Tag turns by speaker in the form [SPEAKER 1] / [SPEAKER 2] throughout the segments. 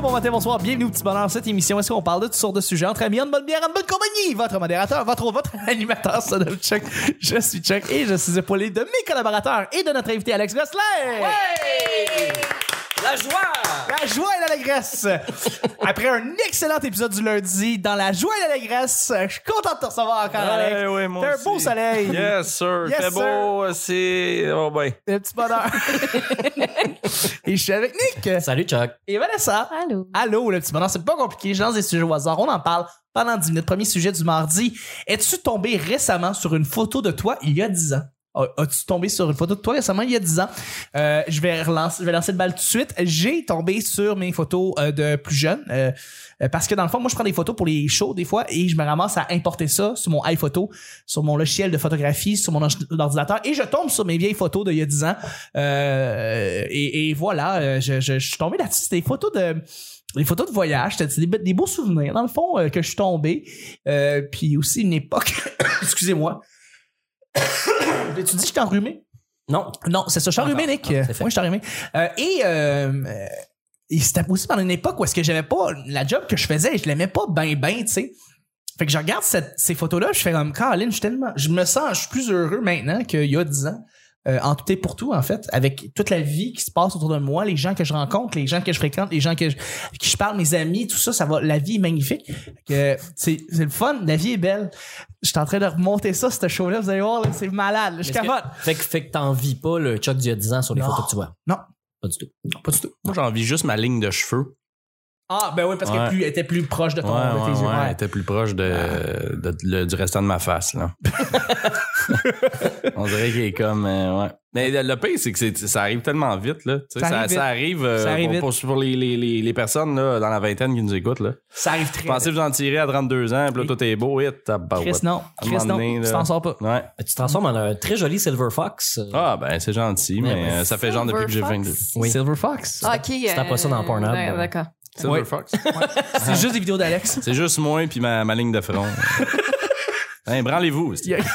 [SPEAKER 1] bon matin, bonsoir, bienvenue au petit bonheur. Cette émission, est-ce qu'on parle de toutes sortes de sujets entre amis, en bonne bière, en bonne compagnie? Votre modérateur, votre, votre animateur, ça donne Chuck. Je suis Chuck et je suis épaulé de mes collaborateurs et de notre invité Alex Gosselin.
[SPEAKER 2] La joie!
[SPEAKER 1] La joie et l'allégresse. Après un excellent épisode du lundi, dans la joie et l'allégresse, je suis content de te recevoir encore, Alex.
[SPEAKER 2] Eh oui, moi
[SPEAKER 1] T'as un
[SPEAKER 2] aussi.
[SPEAKER 1] beau soleil.
[SPEAKER 2] Yes, sir.
[SPEAKER 1] Yes,
[SPEAKER 2] Très beau, c'est. Oh, ben.
[SPEAKER 1] Le petit bonheur. et je suis avec Nick
[SPEAKER 3] Salut Chuck.
[SPEAKER 1] et Vanessa.
[SPEAKER 4] Allô.
[SPEAKER 1] Allô, le petit bonheur, c'est pas compliqué. Je lance des sujets au hasard. On en parle pendant 10 minutes. Premier sujet du mardi. Es-tu tombé récemment sur une photo de toi il y a 10 ans? Ah, As-tu tombé sur une photo de toi récemment il y a 10 ans? Euh, je vais relancer, je vais lancer le balle tout de suite. J'ai tombé sur mes photos euh, de plus jeune. euh, euh, parce que dans le fond, moi, je prends des photos pour les shows des fois et je me ramasse à importer ça sur mon iPhoto, sur mon logiciel de photographie, sur mon ordi- ordinateur et je tombe sur mes vieilles photos d'il y a 10 ans. Euh, et, et voilà, euh, je, je- je suis tombé là-dessus. C'était des photos de des photos de voyage, c'était des, be- des beaux souvenirs dans le fond euh, que je suis tombé. Euh, puis aussi une époque, excusez-moi. tu dis que je t'ai enrhumé?
[SPEAKER 3] Non.
[SPEAKER 1] Non, c'est ça. Je suis enrhumé,
[SPEAKER 3] D'accord.
[SPEAKER 1] Nick.
[SPEAKER 3] Ah,
[SPEAKER 1] Euh,
[SPEAKER 3] c'est fait.
[SPEAKER 1] Moi, je suis enrhumé. Euh, et, euh, euh, et c'était aussi pendant une époque où est-ce que j'avais pas la job que je faisais, je l'aimais pas ben ben, tu sais. Fait que je regarde cette- ces photos-là, je fais comme Caroline, je suis tellement, je me sens, je suis plus heureux maintenant qu'il y a 10 ans. Euh, en tout et pour tout, en fait, avec toute la vie qui se passe autour de moi, les gens que je rencontre, les gens que je fréquente, les gens que je, avec qui je parle, mes amis, tout ça, ça va, la vie est magnifique. Fait Que, c'est, c'est le fun, la vie est belle. Je suis en train de remonter ça, ce show-là, vous allez voir, là, c'est malade, là, je
[SPEAKER 3] Est-ce que-
[SPEAKER 1] capote.
[SPEAKER 3] Fait que, fait que t'en vis pas le Chuck d'il y a 10 ans sur les
[SPEAKER 1] Non.
[SPEAKER 3] photos que tu vois.
[SPEAKER 1] Non.
[SPEAKER 3] Pas du tout.
[SPEAKER 1] Pas du tout.
[SPEAKER 2] Moi, j'envie juste ma ligne de cheveux.
[SPEAKER 1] Ah, ben oui, parce
[SPEAKER 2] Ouais.
[SPEAKER 1] qu'elle plus- était plus proche de ton
[SPEAKER 2] ouais,
[SPEAKER 1] de tes
[SPEAKER 2] ouais,
[SPEAKER 1] yeux.
[SPEAKER 2] ouais,
[SPEAKER 1] Ouais.
[SPEAKER 2] elle était plus proche de, de- le- du restant de ma face, là. On dirait qu'il est comme. euh, ouais. Mais le le pire, c'est que c'est- ça arrive tellement vite, là. Tu sais,
[SPEAKER 1] Ça
[SPEAKER 2] Ça,
[SPEAKER 1] arrive vite.
[SPEAKER 2] ça arrive, euh,
[SPEAKER 1] Ça arrive
[SPEAKER 2] pour,
[SPEAKER 1] vite.
[SPEAKER 2] pour- pour les, les- les- les personnes là, dans la vingtaine qui nous écoutent, là.
[SPEAKER 1] Ça arrive très
[SPEAKER 2] Pensez vous en tirer à 32 ans, puis là, tout est beau, et
[SPEAKER 1] Chris,
[SPEAKER 2] tabarouette.
[SPEAKER 1] non.
[SPEAKER 2] À un
[SPEAKER 1] Chris,
[SPEAKER 2] moment
[SPEAKER 1] non.
[SPEAKER 2] donné,
[SPEAKER 1] Tu
[SPEAKER 2] là.
[SPEAKER 1] t'en sors pas.
[SPEAKER 2] Ouais.
[SPEAKER 3] Tu te transformes en un très joli Silver Fox. Euh,
[SPEAKER 2] Ah, ben, c'est gentil, mais,
[SPEAKER 3] Ouais, mais
[SPEAKER 2] euh, ça fait genre depuis que j'ai
[SPEAKER 4] Silver
[SPEAKER 2] 22.
[SPEAKER 4] Fox?
[SPEAKER 3] Oui.
[SPEAKER 1] Silver Fox.
[SPEAKER 4] Ah, ok. C'est
[SPEAKER 3] tapes pas ça dans Pornhub, ben-
[SPEAKER 4] D'accord.
[SPEAKER 2] Silver
[SPEAKER 1] Ouais.
[SPEAKER 2] Fox?
[SPEAKER 1] Ah, C'est juste des vidéos d'Alex.
[SPEAKER 2] C'est juste moi puis ma, ma ligne de front. hein, branlez-vous. c'est-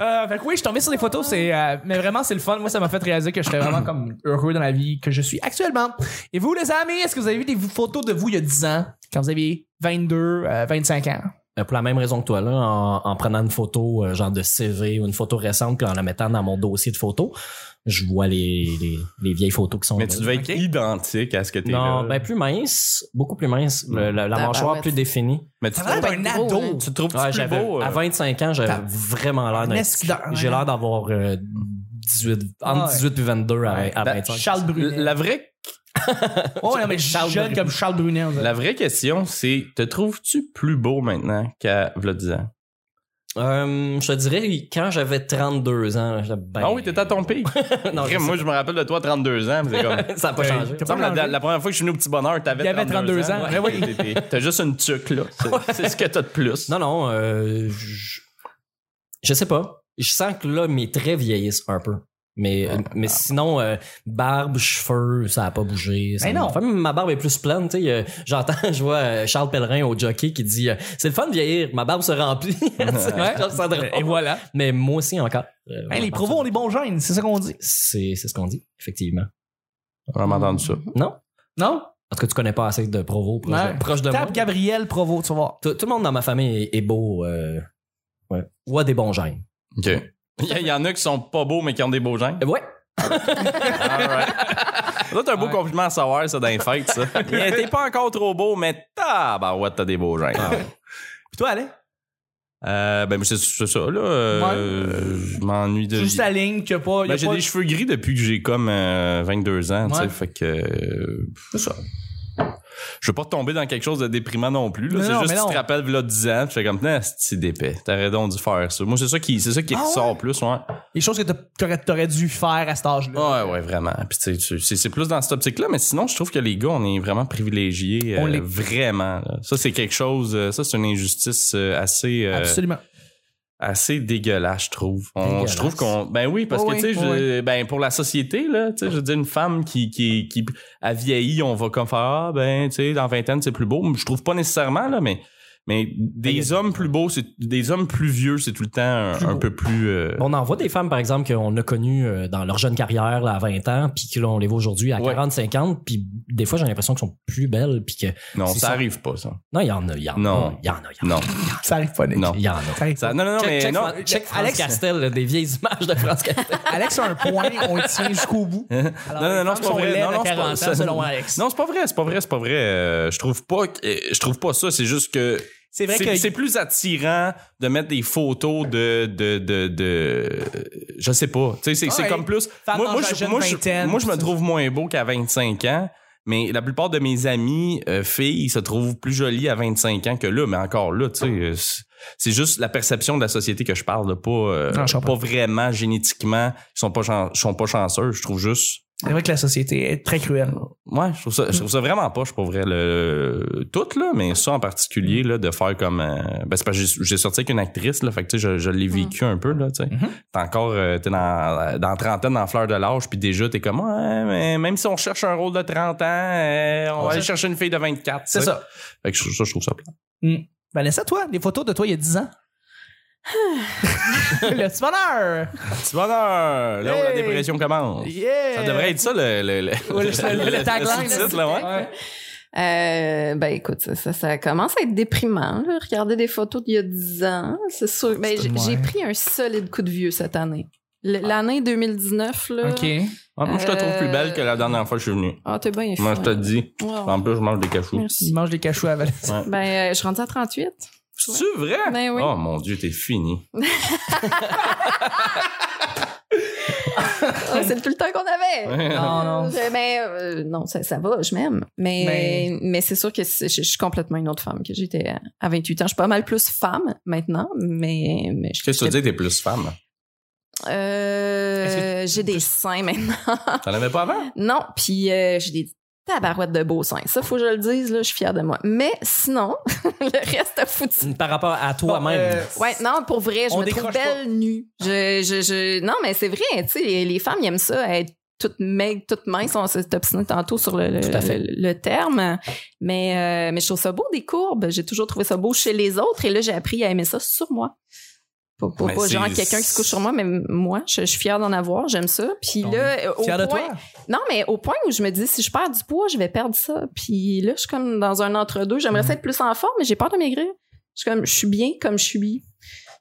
[SPEAKER 1] Euh, fait que oui, je suis tombé sur des photos, c'est, euh, mais vraiment, c'est le fun. Moi, ça m'a fait réaliser que j'étais vraiment comme heureux dans la vie que je suis actuellement. Et vous, les amis, est-ce que vous avez vu des photos de vous il y a 10 ans, quand vous aviez 22, euh, 25 ans?
[SPEAKER 3] Pour la même raison que toi, là, en, en prenant une photo euh, genre de CV ou une photo récente, puis en la mettant dans mon dossier de photos, je vois les, les, les vieilles photos qui sont
[SPEAKER 2] Mais
[SPEAKER 3] là.
[SPEAKER 2] tu devais être identique à ce que t'es
[SPEAKER 3] Non,
[SPEAKER 2] là.
[SPEAKER 3] ben plus mince, beaucoup plus mince. Le- la la
[SPEAKER 4] Ah,
[SPEAKER 3] mâchoire
[SPEAKER 4] bah,
[SPEAKER 3] plus
[SPEAKER 4] ouais.
[SPEAKER 3] définie.
[SPEAKER 2] mais tu,
[SPEAKER 1] Ça
[SPEAKER 2] te
[SPEAKER 1] va
[SPEAKER 2] trouves,
[SPEAKER 1] être un
[SPEAKER 4] être drôle,
[SPEAKER 1] ado.
[SPEAKER 4] hein.
[SPEAKER 2] tu te trouves
[SPEAKER 3] Ouais,
[SPEAKER 2] plus
[SPEAKER 3] j'avais-
[SPEAKER 2] beau. euh,
[SPEAKER 3] à 25 ans,
[SPEAKER 1] T'as-
[SPEAKER 3] j'avais vraiment l'air d'un.
[SPEAKER 1] Est-ce que-
[SPEAKER 3] J'ai l'air d'avoir euh, 18, entre
[SPEAKER 1] Ouais.
[SPEAKER 3] 18 et 22 à, à
[SPEAKER 2] Ben,
[SPEAKER 3] 25.
[SPEAKER 1] Charles Brunet.
[SPEAKER 2] La vraie,
[SPEAKER 1] Oh, non, mais
[SPEAKER 3] Charles
[SPEAKER 1] jeune
[SPEAKER 3] Brunet.
[SPEAKER 1] comme Charles Brunet. on dirait.
[SPEAKER 2] la vraie question, c'est te trouves-tu plus beau maintenant qu'à v'là 10 ans?
[SPEAKER 3] Euh, je te dirais, quand j'avais 32 ans, j'étais ben...
[SPEAKER 2] Ah oui, t'étais à ton pic.
[SPEAKER 3] Non,
[SPEAKER 2] Crime,
[SPEAKER 3] je
[SPEAKER 2] moi, je me rappelle de toi à 32 ans. C'est comme.
[SPEAKER 3] sais. ça n'a pas
[SPEAKER 1] Euh,
[SPEAKER 3] changé.
[SPEAKER 1] t'as
[SPEAKER 2] Il me semble
[SPEAKER 1] pas
[SPEAKER 2] la,
[SPEAKER 1] changé?
[SPEAKER 2] la première fois que je suis venu au petit bonheur, t'avais
[SPEAKER 1] Il y avait
[SPEAKER 2] 32 ans.
[SPEAKER 1] 32 ans, ouais, oui.
[SPEAKER 2] T'es- t'es- T'as juste une tuque, là. C'est- C'est ce que t'as de plus.
[SPEAKER 3] Non, non, euh, je... je sais pas. Je sens que là, mes traits vieillissent un peu. Mais,
[SPEAKER 1] Ah,
[SPEAKER 3] mais sinon, euh, barbe, cheveux, ça a pas bougé. Ça-
[SPEAKER 1] Mais Ben non.
[SPEAKER 3] Enfin, ma barbe est plus pleine. tu sais, euh, J'entends, je vois euh, Charles Pellerin au jockey qui dit euh, C'est le fun de vieillir, ma barbe se remplit.
[SPEAKER 1] Ouais. Et voilà.
[SPEAKER 3] Mais moi aussi encore. Euh,
[SPEAKER 1] Hey,
[SPEAKER 3] ma
[SPEAKER 1] les
[SPEAKER 3] barbe
[SPEAKER 1] provos
[SPEAKER 3] se-
[SPEAKER 1] ont des bons gènes, c'est ça qu'on dit.
[SPEAKER 3] C'est c'est ce qu'on dit, effectivement.
[SPEAKER 2] J'ai vraiment entendu ça.
[SPEAKER 3] Non?
[SPEAKER 1] Non?
[SPEAKER 3] En tout cas, tu connais pas assez de Provo proche,
[SPEAKER 1] Ouais.
[SPEAKER 3] de- proche de moi.
[SPEAKER 1] Tape Gabriel Provo, tu vas voir.
[SPEAKER 3] Tout, tout le monde dans ma famille est, est beau. Euh, ouais. Ou a des bons gènes.
[SPEAKER 2] OK. Il y, il y en a qui sont pas beaux, mais qui ont des beaux gènes.
[SPEAKER 3] Euh, Ouais.
[SPEAKER 2] Alright. Ça, c'est un beau compliment à savoir, ça, dans les fêtes, ça. Mais T'es pas encore trop beau, mais tabarouette, t'as des beaux gens.
[SPEAKER 1] Ah Puis toi, allez.
[SPEAKER 2] Euh, ben, c'est c'est ça, là. euh, Je m'ennuie de...
[SPEAKER 1] Juste la ligne que pas. y a
[SPEAKER 2] Ben, j'ai
[SPEAKER 1] pas-
[SPEAKER 2] des cheveux gris depuis que j'ai comme euh, 22 ans, tu sais,
[SPEAKER 1] Ouais.
[SPEAKER 2] fait que... euh, Je veux pas tomber dans quelque chose de déprimant non plus. là.
[SPEAKER 1] Mais
[SPEAKER 2] C'est
[SPEAKER 1] non,
[SPEAKER 2] juste
[SPEAKER 1] mais
[SPEAKER 2] que tu te
[SPEAKER 1] non.
[SPEAKER 2] rappelles là 10 ans, tu fais comme nah, c'est d'épais. T'aurais donc dû faire ça. Moi, c'est ça qui, c'est ça qui
[SPEAKER 1] Ah
[SPEAKER 2] ressort plus, ouais.
[SPEAKER 1] Les choses que t'as- t'aurais, t'aurais dû faire à cet âge-là.
[SPEAKER 2] Ah, Ouais, ouais, vraiment. Puis tu sais, tu- c'est c'est plus dans cette optique-là, mais sinon, je trouve que les gars, on est vraiment privilégiés. euh,
[SPEAKER 1] On l'est.
[SPEAKER 2] Vraiment. là. Ça, c'est quelque chose. euh, ça, c'est une injustice euh, assez, euh,
[SPEAKER 1] Absolument.
[SPEAKER 2] assez dégueulasse, je trouve. On-
[SPEAKER 3] Dégueulasse.
[SPEAKER 2] je trouve qu'on. Ben oui, parce
[SPEAKER 1] Oui,
[SPEAKER 2] que tu sais,
[SPEAKER 1] oui,
[SPEAKER 2] je- ben pour la société là, tu sais, je veux dire, une femme qui qui qui a vieilli, on va comme faire ah ben tu sais, dans vingtaine c'est plus beau. Je trouve pas nécessairement là, mais Mais des hommes plus beaux, c'est des hommes plus vieux, c'est tout le temps un,
[SPEAKER 1] Plus
[SPEAKER 2] un
[SPEAKER 1] beau.
[SPEAKER 2] peu plus. euh,
[SPEAKER 3] On en voit des femmes, par exemple, qu'on a connues euh, dans leur jeune carrière là, à 20 ans, puis que là, on les voit aujourd'hui à
[SPEAKER 2] Ouais.
[SPEAKER 3] 40, 50, puis des fois, j'ai l'impression qu'elles sont plus belles, puis que...
[SPEAKER 2] non,
[SPEAKER 3] c'est
[SPEAKER 2] ça
[SPEAKER 3] ça.
[SPEAKER 2] arrive pas, ça.
[SPEAKER 3] Non, il y en a, il y en a,
[SPEAKER 2] Non.
[SPEAKER 3] il y en a, il y en a.
[SPEAKER 2] Non,
[SPEAKER 1] Ça arrive pas, Nick.
[SPEAKER 2] non.
[SPEAKER 3] Il y en a.
[SPEAKER 1] Ça arrive
[SPEAKER 2] Ça-
[SPEAKER 1] pas.
[SPEAKER 2] non, non, non,
[SPEAKER 3] check,
[SPEAKER 2] mais
[SPEAKER 3] check,
[SPEAKER 2] non.
[SPEAKER 3] Fran- check France
[SPEAKER 1] Alex-
[SPEAKER 3] Castel, là, des vieilles images de France Castel.
[SPEAKER 1] Alex a un point, on le tient jusqu'au bout. Alors,
[SPEAKER 2] Non, non,
[SPEAKER 1] les
[SPEAKER 2] non,
[SPEAKER 1] femmes
[SPEAKER 2] c'est pas
[SPEAKER 1] sont
[SPEAKER 2] vrai.
[SPEAKER 1] laides
[SPEAKER 2] Non,
[SPEAKER 1] à
[SPEAKER 2] non, c'est pas-
[SPEAKER 1] 40 ans,
[SPEAKER 2] ça-
[SPEAKER 1] selon Alex.
[SPEAKER 2] Non, c'est pas vrai, c'est pas vrai, c'est pas vrai. Euh, je trouve pas, que- euh, je trouve pas ça. C'est juste que
[SPEAKER 1] C'est vrai
[SPEAKER 2] c'est
[SPEAKER 1] que
[SPEAKER 2] c'est plus attirant de mettre des photos de de de, de je sais pas. Tu sais, c'est c'est
[SPEAKER 1] Ouais.
[SPEAKER 2] comme plus.
[SPEAKER 1] Femme dans sa
[SPEAKER 2] je,
[SPEAKER 1] jeune
[SPEAKER 2] moi, je-
[SPEAKER 1] vingtaine,
[SPEAKER 2] moi, je me
[SPEAKER 1] tout ça.
[SPEAKER 2] trouve moins beau qu'à 25 ans. Mais la plupart de mes amis euh, filles se trouvent plus jolies à 25 ans que là, mais encore là, tu sais, euh, c'est- c'est juste la perception de la société que je parle, là, pas euh,
[SPEAKER 1] Non, je comprends.
[SPEAKER 2] pas vraiment génétiquement, ils sont pas chan- sont pas chanceux, je trouve juste
[SPEAKER 1] c'est vrai que la société est très cruelle.
[SPEAKER 2] Ouais, je trouve ça, je trouve ça vraiment pas, je pourrais le tout là, mais ça en particulier là de faire comme euh, ben c'est parce que j'ai- j'ai sorti avec une actrice là, fait que tu sais je, je l'ai vécu un peu là, tu sais.
[SPEAKER 1] Mhm.
[SPEAKER 2] T'es encore euh, t'es dans dans trentaine dans fleur de l'âge puis déjà t'es comme ouais, mais même si on cherche un rôle de 30 ans, euh, on va
[SPEAKER 1] Ouais.
[SPEAKER 2] aller chercher une fille de 24.
[SPEAKER 1] C'est
[SPEAKER 2] tu sais.
[SPEAKER 1] ça.
[SPEAKER 2] Fait que je, ça, je trouve ça plat.
[SPEAKER 1] Vanessa, toi, des photos de toi il y a 10 ans. le petit bonheur!
[SPEAKER 2] Petit bonheur, là où la
[SPEAKER 1] Hey!
[SPEAKER 2] dépression commence.
[SPEAKER 1] Yeah!
[SPEAKER 2] Ça devrait être ça le le le,
[SPEAKER 1] Ouais, le- le- le tagline.
[SPEAKER 2] sous-titre, là, ouais.
[SPEAKER 1] Ouais.
[SPEAKER 4] Euh, ben écoute, ça, ça, ça commence à être déprimant. là. Regarder des photos d'il y a 10 ans, c'est sûr. Ben, j'ai
[SPEAKER 1] Ouais.
[SPEAKER 4] j'ai pris un solide coup de vieux cette année. Le- L'année 2019, là.
[SPEAKER 1] Ok.
[SPEAKER 2] Ouais, Moi je te trouve plus
[SPEAKER 4] Euh,
[SPEAKER 2] belle que la dernière fois que je suis venu.
[SPEAKER 4] Ah, t'es bien
[SPEAKER 2] Moi je
[SPEAKER 4] fin.
[SPEAKER 2] te dis,
[SPEAKER 4] Wow.
[SPEAKER 2] en plus je mange des cachous.
[SPEAKER 1] Il
[SPEAKER 4] Merci.
[SPEAKER 1] mange des cachous à Vanessa.
[SPEAKER 4] Ben, euh, je suis rendue à 38.
[SPEAKER 2] C'est vrai?
[SPEAKER 4] Ben oui.
[SPEAKER 2] Oh mon dieu, t'es fini.
[SPEAKER 4] Ah, c'est tout le temps qu'on avait.
[SPEAKER 1] Non,
[SPEAKER 2] Ah.
[SPEAKER 1] non.
[SPEAKER 4] Euh, ben, euh, non, ça, ça va, je m'aime. Mais,
[SPEAKER 1] Mais-
[SPEAKER 4] mais... c'est sûr que c'est- je, je suis complètement une autre femme que j'étais à- à 28 ans. Je suis pas mal plus femme maintenant, mais, mais je
[SPEAKER 2] Qu'est-ce que tu dis, t'es plus femme?
[SPEAKER 4] Euh, j'ai des seins maintenant.
[SPEAKER 2] T'en avais pas avant?
[SPEAKER 4] Non, puis euh, j'ai des tabarouettes de beaux seins. Ça, faut que je le dise, là, je suis fière de moi. Mais sinon, le reste a foutu.
[SPEAKER 3] Par rapport à
[SPEAKER 1] Bon,
[SPEAKER 3] toi-même.
[SPEAKER 1] euh,
[SPEAKER 4] Ouais, non, pour vrai, je
[SPEAKER 1] On
[SPEAKER 4] me trouve
[SPEAKER 1] décroche
[SPEAKER 4] belle nue. Je, je, je- non, mais c'est vrai, tu sais, les, les femmes, ils aiment ça, être toutes maigres, toutes minces. On s'est obstiné tantôt sur le, le,
[SPEAKER 3] Tout à fait.
[SPEAKER 4] le- le terme. Mais, euh, mais je trouve ça beau, des courbes. J'ai toujours trouvé ça beau chez les autres. Et là, j'ai appris à aimer ça sur moi. Pas, pas-
[SPEAKER 2] Mais
[SPEAKER 4] pas genre
[SPEAKER 2] c'est-
[SPEAKER 4] quelqu'un qui se couche sur moi, mais moi, je, je suis fière d'en avoir, j'aime ça. Puis
[SPEAKER 1] Donc,
[SPEAKER 4] là, euh, au
[SPEAKER 1] Fier de
[SPEAKER 4] point,
[SPEAKER 1] toi?
[SPEAKER 4] non, mais au point où je me dis, si je perds du poids, je vais perdre ça. Puis là, je suis comme dans un entre-deux.
[SPEAKER 2] Mm.
[SPEAKER 4] J'aimerais ça être plus en forme, mais j'ai peur de maigrir. Je suis comme, je suis bien comme je suis.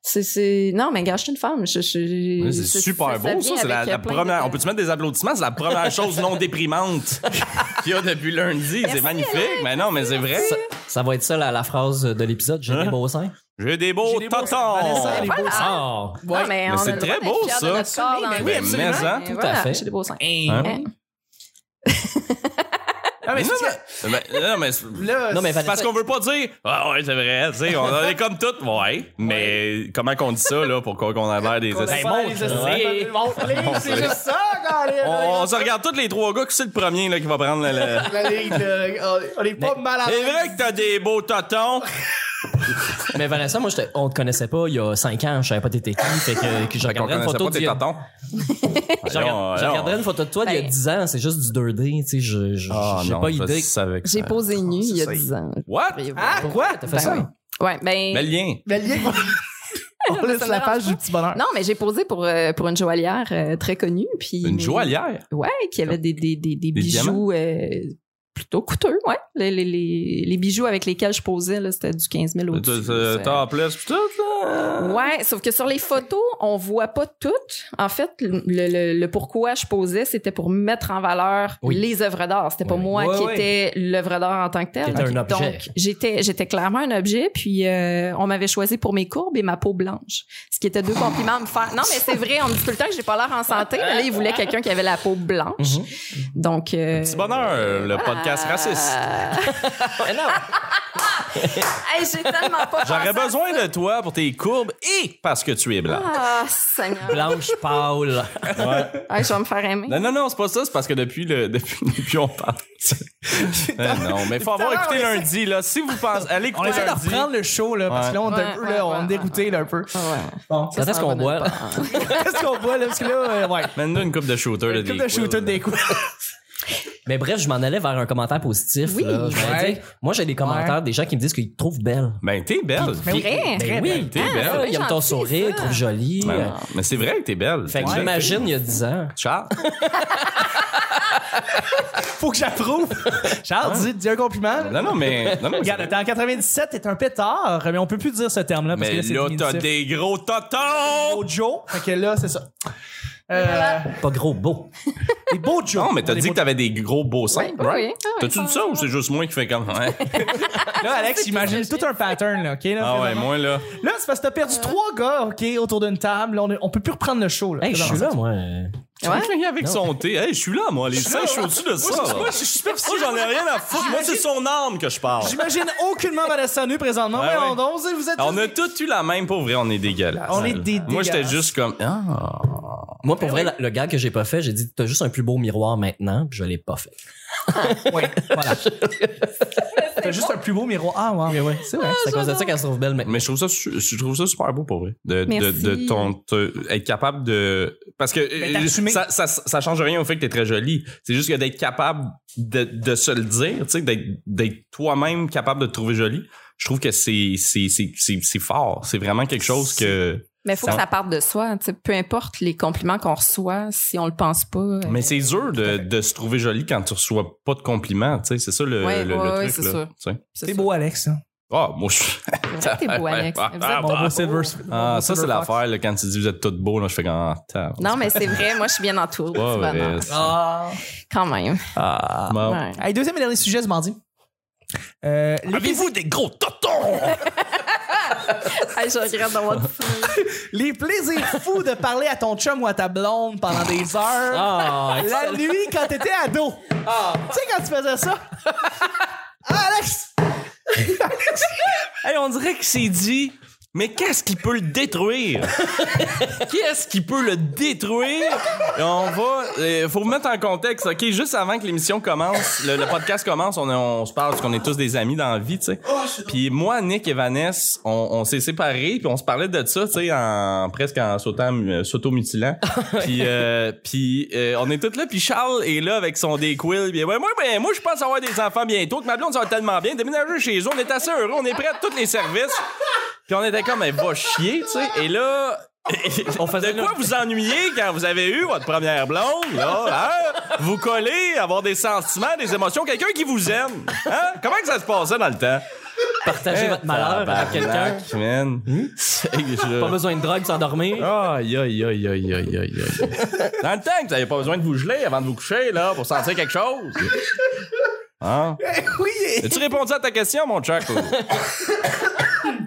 [SPEAKER 4] C'est, c'est... Non, mais gars, je suis une femme. Je, je-
[SPEAKER 2] C'est super beau, ça.
[SPEAKER 4] vient
[SPEAKER 2] C'est la,
[SPEAKER 4] avec,
[SPEAKER 2] la
[SPEAKER 4] euh, plein
[SPEAKER 2] première.
[SPEAKER 4] de-
[SPEAKER 2] On peut-tu mettre des applaudissements? C'est la première chose non déprimante qu'il y a depuis lundi. C'est
[SPEAKER 4] Merci,
[SPEAKER 2] magnifique. Mais non, mais c'est vrai.
[SPEAKER 3] Ça, ça va être ça, la, la phrase de l'épisode. J'ai
[SPEAKER 2] Hein?
[SPEAKER 3] des beaux seins.
[SPEAKER 2] J'ai des beaux
[SPEAKER 1] J'ai des beaux- Vanessa, elle
[SPEAKER 2] tontons.
[SPEAKER 1] est beau.
[SPEAKER 3] Ah!
[SPEAKER 4] Non, mais
[SPEAKER 2] Mais
[SPEAKER 4] on a
[SPEAKER 2] c'est
[SPEAKER 4] le
[SPEAKER 2] très
[SPEAKER 4] droit d'être
[SPEAKER 2] beau,
[SPEAKER 4] fiers de
[SPEAKER 2] ça.
[SPEAKER 4] notre corps,
[SPEAKER 1] Mais
[SPEAKER 4] hein.
[SPEAKER 1] oui,
[SPEAKER 4] Et
[SPEAKER 1] absolument.
[SPEAKER 2] Mais, hein?
[SPEAKER 3] Tout à
[SPEAKER 4] voilà,
[SPEAKER 3] fait.
[SPEAKER 4] J'ai des beaux seins.
[SPEAKER 1] Hey.
[SPEAKER 2] Hein?
[SPEAKER 4] Hein?
[SPEAKER 1] Ah, mais
[SPEAKER 2] Non,
[SPEAKER 1] c'est-
[SPEAKER 2] mais- non, mais c'est-
[SPEAKER 1] là,
[SPEAKER 3] Non, mais
[SPEAKER 2] c'est parce
[SPEAKER 3] Vanessa,
[SPEAKER 2] qu'on veut pas dire Ah ouais, c'est vrai, tu sais, on en est comme toutes, ouais. Mais comment qu'on dit ça, là, pour qu'on qu'on a l'air des
[SPEAKER 1] on a
[SPEAKER 2] esprits?
[SPEAKER 1] pas les essais. Montre-les, c'est juste ça,
[SPEAKER 2] On, on
[SPEAKER 1] Colin.
[SPEAKER 2] se regarde tous les trois gars, qui c'est le premier là, qui va prendre le- le...
[SPEAKER 1] La ligue, le- On est pas mal à
[SPEAKER 2] C'est vrai que t'as des beaux totons.
[SPEAKER 3] mais Vanessa, moi, j'étais- on te connaissait pas il y a 5 ans. Je savais pas t'étais qui. Fait que, que je regarderais une photo d'il y a- je regarde- je regarderais une photo de toi d'il y a
[SPEAKER 4] Ben.
[SPEAKER 3] 10 ans. C'est juste du 2D. Tu sais, je, je-
[SPEAKER 2] Ah,
[SPEAKER 3] j'ai pas idée.
[SPEAKER 2] Euh,
[SPEAKER 4] J'ai posé nu il y a 10 ans.
[SPEAKER 2] What?
[SPEAKER 1] Ah, quoi?
[SPEAKER 3] T'as fait ça?
[SPEAKER 4] Ouais, ben.
[SPEAKER 2] Bel lien.
[SPEAKER 1] Mais le lien- On laisse
[SPEAKER 4] Ça
[SPEAKER 1] la
[SPEAKER 4] me
[SPEAKER 1] page du
[SPEAKER 4] dérange
[SPEAKER 1] petit bonheur.
[SPEAKER 4] Non, mais j'ai posé pour, euh, pour une joaillière euh, très connue. Puis,
[SPEAKER 2] Une
[SPEAKER 4] mais-
[SPEAKER 2] joaillière.
[SPEAKER 4] Ouais, qui avait des, des, des, des bijoux euh, plutôt coûteux, ouais. Les, les, les, les bijoux avec lesquels je posais, là, c'était du 15 000
[SPEAKER 2] Euh,
[SPEAKER 4] au-dessus. là, c'est-
[SPEAKER 2] Topless pis tout, là.
[SPEAKER 4] Ouais, sauf que sur les photos, on voit pas toutes. En fait, le, le, le pourquoi je posais, c'était pour mettre en valeur
[SPEAKER 3] Oui.
[SPEAKER 4] les œuvres d'art. C'était pas
[SPEAKER 3] Oui.
[SPEAKER 4] moi
[SPEAKER 3] Ouais,
[SPEAKER 4] qui
[SPEAKER 3] ouais.
[SPEAKER 4] était l'œuvre d'art en tant que telle.
[SPEAKER 3] T'étais un objet.
[SPEAKER 4] Donc, j'étais j'étais clairement un objet, puis euh, on m'avait choisi pour mes courbes et ma peau blanche. Ce qui était deux compliments à me faire. Non, mais c'est vrai, on me dit tout le temps que j'ai pas l'air en santé, mais là, ils voulaient quelqu'un qui avait la peau blanche.
[SPEAKER 3] Mhm.
[SPEAKER 4] Donc. euh,
[SPEAKER 2] Petit bonheur, le podcast
[SPEAKER 4] ah.
[SPEAKER 2] raciste.
[SPEAKER 3] Mais non.
[SPEAKER 4] Hey, j'ai tellement pas
[SPEAKER 2] J'aurais
[SPEAKER 4] pensé à
[SPEAKER 2] besoin de toi pour tes courbes et parce que tu es blanc.
[SPEAKER 4] Ah, Seigneur.
[SPEAKER 3] Blanche Paul.
[SPEAKER 4] Hey, je vais me faire aimer.
[SPEAKER 2] Non, non, non, c'est pas ça, c'est parce que depuis le, depuis, depuis on parle. Euh, non, mais faut avoir
[SPEAKER 1] Tout à
[SPEAKER 2] écouté
[SPEAKER 1] l'heure, on
[SPEAKER 2] lundi, là. Si vous pensez, allez
[SPEAKER 1] On
[SPEAKER 2] écouter
[SPEAKER 1] essaie de
[SPEAKER 2] lundi.
[SPEAKER 1] reprendre le show, là, parce que là, on est un
[SPEAKER 4] Ouais,
[SPEAKER 1] peu, là,
[SPEAKER 4] ouais,
[SPEAKER 1] on est
[SPEAKER 4] ouais,
[SPEAKER 1] dégoûté, là, un peu.
[SPEAKER 4] Ah ouais.
[SPEAKER 1] Bon.
[SPEAKER 3] Quand est-ce qu'on boit?
[SPEAKER 1] Qu'est-ce qu'on boit, là? Parce que là, euh, ouais.
[SPEAKER 2] Maintenant, une coupe de shooter. là,
[SPEAKER 1] Une
[SPEAKER 2] des
[SPEAKER 1] coupe de
[SPEAKER 2] quiz,
[SPEAKER 1] shooter
[SPEAKER 2] là.
[SPEAKER 1] des coups.
[SPEAKER 3] Mais bref, je m'en allais vers un commentaire positif.
[SPEAKER 4] Oui.
[SPEAKER 3] là. Je voulais
[SPEAKER 1] Ouais.
[SPEAKER 3] dire, moi, j'ai des commentaires des gens qui me disent qu'ils te trouvent belle. Ben
[SPEAKER 2] Ben, t'es belle.
[SPEAKER 1] Mais oui.
[SPEAKER 4] Vrai?
[SPEAKER 1] Très
[SPEAKER 3] oui,
[SPEAKER 1] belle.
[SPEAKER 2] T'es
[SPEAKER 4] Eh, Ah,
[SPEAKER 2] belle.
[SPEAKER 4] c'est bien
[SPEAKER 3] Ils aiment ton
[SPEAKER 4] gentil,
[SPEAKER 3] sourire, ils
[SPEAKER 4] ça.
[SPEAKER 3] te trouvent jolie.
[SPEAKER 2] Ben, mais c'est vrai que t'es belle.
[SPEAKER 3] euh, Fait que
[SPEAKER 2] Ouais.
[SPEAKER 3] j'imagine il y a 10 ans.
[SPEAKER 2] Charles,
[SPEAKER 1] Faut que j'approuve. Charles,
[SPEAKER 2] Hein?
[SPEAKER 1] dis, dis un compliment.
[SPEAKER 2] non, non, mais. Non, non,
[SPEAKER 1] Regarde, t'es en 97, t'es un pétard, mais on peut plus dire ce terme-là parce que
[SPEAKER 2] mais là,
[SPEAKER 1] là, c'est
[SPEAKER 2] t'as
[SPEAKER 1] diminutif.
[SPEAKER 2] des gros tontons!
[SPEAKER 1] Beau Joe. Fait que là, c'est ça. Euh,
[SPEAKER 3] Pas gros, beau.
[SPEAKER 1] des beaux Joe.
[SPEAKER 2] Non, mais t'as
[SPEAKER 1] Des
[SPEAKER 2] dit
[SPEAKER 1] beaux-
[SPEAKER 2] que t'avais des gros beaux seins,
[SPEAKER 4] Oui, oui,
[SPEAKER 2] right?
[SPEAKER 4] oui. Ah oui,
[SPEAKER 2] T'as-tu
[SPEAKER 4] ça,
[SPEAKER 2] dit ça
[SPEAKER 4] ça.
[SPEAKER 2] ou c'est juste moi qui fais comme. hein? Ouais.
[SPEAKER 1] Là, Alex, imagine tout un pattern, là, OK? Là,
[SPEAKER 2] Ah ouais,
[SPEAKER 1] présentement.
[SPEAKER 2] moi, là.
[SPEAKER 1] Là, c'est parce que t'as perdu trois gars, OK, autour d'une table. Là, on, est- on peut plus reprendre le show, là.
[SPEAKER 3] Hey, je suis là, moi. Euh,
[SPEAKER 4] Ouais.
[SPEAKER 2] Quelqu'un avec son thé. Hey, je suis là, moi. Les seins, je suis au-dessus de ça. Moi, je suis superficieux. Moi, j'en ai rien à foutre. Moi, c'est son arme que je parle.
[SPEAKER 1] J'imagine aucunement Vanessa nu présentement.
[SPEAKER 2] Ouais,
[SPEAKER 1] Voyons
[SPEAKER 2] ouais.
[SPEAKER 1] donc, vous êtes- vous êtes
[SPEAKER 2] On a tous eu la même, pour vrai, on est dégueulasses.
[SPEAKER 1] On est des
[SPEAKER 2] Moi, j'étais
[SPEAKER 1] dégueulasses.
[SPEAKER 2] juste comme. Ah.
[SPEAKER 3] Moi, pour vrai, la- le gars que j'ai pas fait, j'ai dit, t'as juste un plus beau miroir maintenant, puis je l'ai pas fait.
[SPEAKER 1] Ouais, voilà. T'as juste un plus beau miroir. Ah, ouais, ouais, ouais. C'est vrai.
[SPEAKER 3] C'est à cause de ça qu'elle se trouve belle maintenant.
[SPEAKER 2] Mais je trouve ça, su- je trouve ça super beau pour vrai. De, de,
[SPEAKER 4] Merci.
[SPEAKER 2] de ton, te- être capable de, parce que
[SPEAKER 1] Mais
[SPEAKER 2] euh,
[SPEAKER 1] t'assumer.
[SPEAKER 2] ça, ça, ça change rien au fait que t'es très jolie. C'est juste que d'être capable de, de se le dire, tu sais, d'être, d'être toi-même capable de te trouver jolie. Je trouve que c'est, c'est, c'est, c'est, c'est fort. C'est vraiment quelque chose que,
[SPEAKER 4] Mais il faut
[SPEAKER 2] Ça-
[SPEAKER 4] que ça parte de soi. tu sais, Peu importe les compliments qu'on reçoit, si on le pense pas. euh,
[SPEAKER 2] mais c'est dur de, de se trouver jolie quand tu reçois pas de compliments, tu sais. C'est ça le,
[SPEAKER 4] Ouais,
[SPEAKER 2] le, le
[SPEAKER 4] ouais, ouais,
[SPEAKER 2] truc,
[SPEAKER 4] c'est
[SPEAKER 2] là.
[SPEAKER 4] sûr.
[SPEAKER 2] tu sais.
[SPEAKER 1] T'es beau, Alex. hein.
[SPEAKER 2] Ah, moi, je
[SPEAKER 4] ça. T'es beau, Alex.
[SPEAKER 2] Ah,
[SPEAKER 4] Vous êtes-
[SPEAKER 1] Mon beau Silver. mon
[SPEAKER 2] Ah,
[SPEAKER 1] beau Silver
[SPEAKER 2] ça, c'est
[SPEAKER 1] Fox.
[SPEAKER 2] l'affaire, là, quand tu dis vous êtes toutes beaux, là, je fais comme, ah, tabarnak.
[SPEAKER 4] Non, mais c'est vrai. Moi, je suis bien entourée.
[SPEAKER 2] Ouais,
[SPEAKER 4] tu vois, non.
[SPEAKER 2] ouais, c'est-
[SPEAKER 1] Ah.
[SPEAKER 4] Quand même.
[SPEAKER 2] Ah, bon.
[SPEAKER 4] Ouais.
[SPEAKER 1] Hey, deuxième et dernier sujet, ce mardi. Euh, les-
[SPEAKER 2] des gros totons?
[SPEAKER 4] Hey, Ah, je regrette d'avoir dit ça.
[SPEAKER 1] les plaisirs fous de parler à ton chum ou à ta blonde pendant des heures.
[SPEAKER 3] Ah,
[SPEAKER 1] La nuit quand t'étais ado. Tu sais quand tu faisais ça? Ah, Alex!
[SPEAKER 2] hey, on dirait que c'est dit, mais qu'est-ce qui peut le détruire? qu'est-ce qui peut le détruire? Et on va. euh, faut mettre en contexte, OK? Juste avant que l'émission commence, le, le podcast commence, on, est- on se parle parce qu'on est tous des amis dans la vie, tu sais. Puis moi, Nick et Vanessa, on, on s'est séparés, puis on se parlait de ça, tu sais, en, presque en sautant, euh, s'automutilant. puis euh, puis euh, on est tous là, puis Charles est là avec son déquil. Puis ouais, moi, ben, moi, je pense avoir des enfants bientôt, que ma blonde, ça va tellement bien. Déménager chez eux, on est assez heureux, on est prêts à tous les services. Puis on était comme, elle va chier, tu sais. Et là, on faisait de quoi vous ennuyer quand vous avez eu votre première blonde, là, hein? Vous collez, avoir des sentiments, des émotions, quelqu'un qui vous aime, hein? Comment que ça se passait dans le temps?
[SPEAKER 3] partagez votre malheur
[SPEAKER 2] Tabarnak,
[SPEAKER 3] avec quelqu'un. Hmm?
[SPEAKER 2] man. C'est- je-
[SPEAKER 3] Pas besoin de drogue, s'endormir.
[SPEAKER 2] Aïe, aïe, aïe, aïe, aïe, aïe, aïe. Dans le temps que vous n'avez pas besoin de vous geler avant de vous coucher, là, pour sentir quelque chose. Hein?
[SPEAKER 1] ben Oui!
[SPEAKER 2] As-tu répondu à ta question, mon Chuck? ou-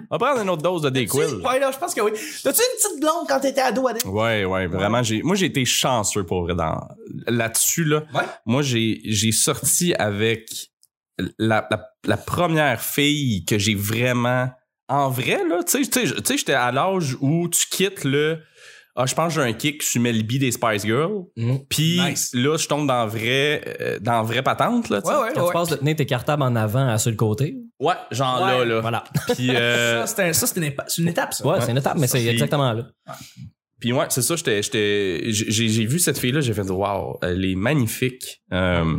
[SPEAKER 2] On va prendre une autre dose de Dayquil.
[SPEAKER 1] Ouais, là, je pense que oui. T'as-tu une petite blonde quand t'étais ado, Alex?
[SPEAKER 2] Ouais, ouais, vraiment. J'ai, moi, j'ai été chanceux pour vrai dans, là-dessus, là.
[SPEAKER 1] Ouais.
[SPEAKER 2] Moi, j'ai, j'ai sorti avec la, la, la première fille que j'ai vraiment, en vrai, là, tu sais, tu sais, tu sais, j'étais à l'âge où tu quittes le, ah, je pense que j'ai un kick, je suis Melby des Spice Girls.
[SPEAKER 3] Mm.
[SPEAKER 2] Puis
[SPEAKER 1] Nice.
[SPEAKER 2] là, je tombe dans vrai, euh, dans vrai patente, là, tu sais.
[SPEAKER 1] Ouais, ouais,
[SPEAKER 3] Quand
[SPEAKER 1] ouais.
[SPEAKER 3] tu passes de tenir tes cartables en avant à ceux de côté.
[SPEAKER 2] Ouais, genre
[SPEAKER 1] Ouais.
[SPEAKER 2] là, là.
[SPEAKER 3] Voilà.
[SPEAKER 2] Puis, euh,
[SPEAKER 1] Ça, c'est un- ça, c'est une, épa- c'est une étape, ça.
[SPEAKER 3] Ouais, c'est une étape, mais c'est
[SPEAKER 2] Puis-
[SPEAKER 3] exactement là.
[SPEAKER 2] Puis ouais, c'est ça, j'étais j'étais j'ai j'ai vu cette fille là, j'ai fait waouh, elle est magnifique. Euh,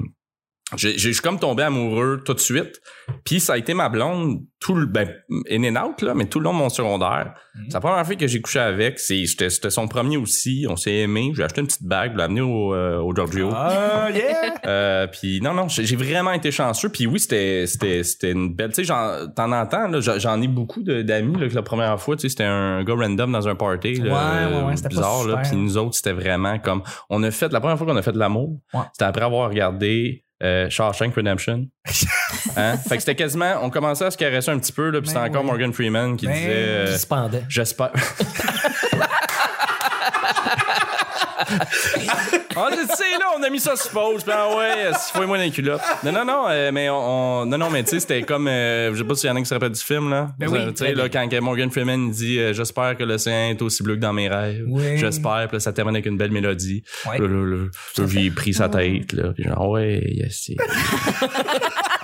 [SPEAKER 2] j'ai- j'ai- je suis comme tombé amoureux tout de suite. Puis ça a été ma blonde tout le ben in and out là, mais tout le long de mon secondaire. C'est la première fille que j'ai couché avec, c'est j'étais- c'était son premier aussi, on s'est aimé, j'ai acheté une petite bague, je l'ai amenée au euh, au Giorgio.
[SPEAKER 1] Ah, yeah!
[SPEAKER 2] Euh, puis non non, j'ai j'ai vraiment été chanceux. Puis oui, c'était c'était c'était une belle. Tu sais, j'en- t'en entends là, j'en- j'en ai beaucoup de- d'amis là que la première fois, tu sais, c'était un gars random dans un party. là,
[SPEAKER 1] Ouais, ouais, ouais,
[SPEAKER 2] euh,
[SPEAKER 1] c'était pas
[SPEAKER 2] bizarre
[SPEAKER 1] super.
[SPEAKER 2] là. Puis nous autres, c'était vraiment comme on a fait la première fois qu'on a fait de l'amour,
[SPEAKER 1] Ouais.
[SPEAKER 2] c'était après avoir regardé. Euh, Shawshank Redemption. Hein? Fait que c'était quasiment, on commençait à se caresser un petit peu, là, puis c'était
[SPEAKER 1] Ben
[SPEAKER 2] encore
[SPEAKER 1] oui.
[SPEAKER 2] Morgan Freeman qui
[SPEAKER 1] Ben
[SPEAKER 2] disait, euh,
[SPEAKER 3] Qui se pendait.
[SPEAKER 2] J'espère. on dit, Ah, tu sais, là, on a mis ça sur pause. Puis, ah ouais, faut moi dans les culottes. Non, non, non, euh, mais on, on- non, non, mais tu sais, c'était comme, euh, je sais pas s'il y en a qui se rappellent du film, là.
[SPEAKER 1] Ben
[SPEAKER 2] Vous
[SPEAKER 1] oui,
[SPEAKER 2] savez, tu
[SPEAKER 1] très
[SPEAKER 2] sais, là, quand que Morgan Freeman il dit, euh, j'espère que l'océan est aussi bleu que dans mes rêves.
[SPEAKER 1] Oui.
[SPEAKER 2] J'espère, puis là, ça termine avec une belle mélodie.
[SPEAKER 1] Ouais.
[SPEAKER 2] Là, là, là, là, j'ai pris sa tête, là. Puis genre, ouais, yes, yes.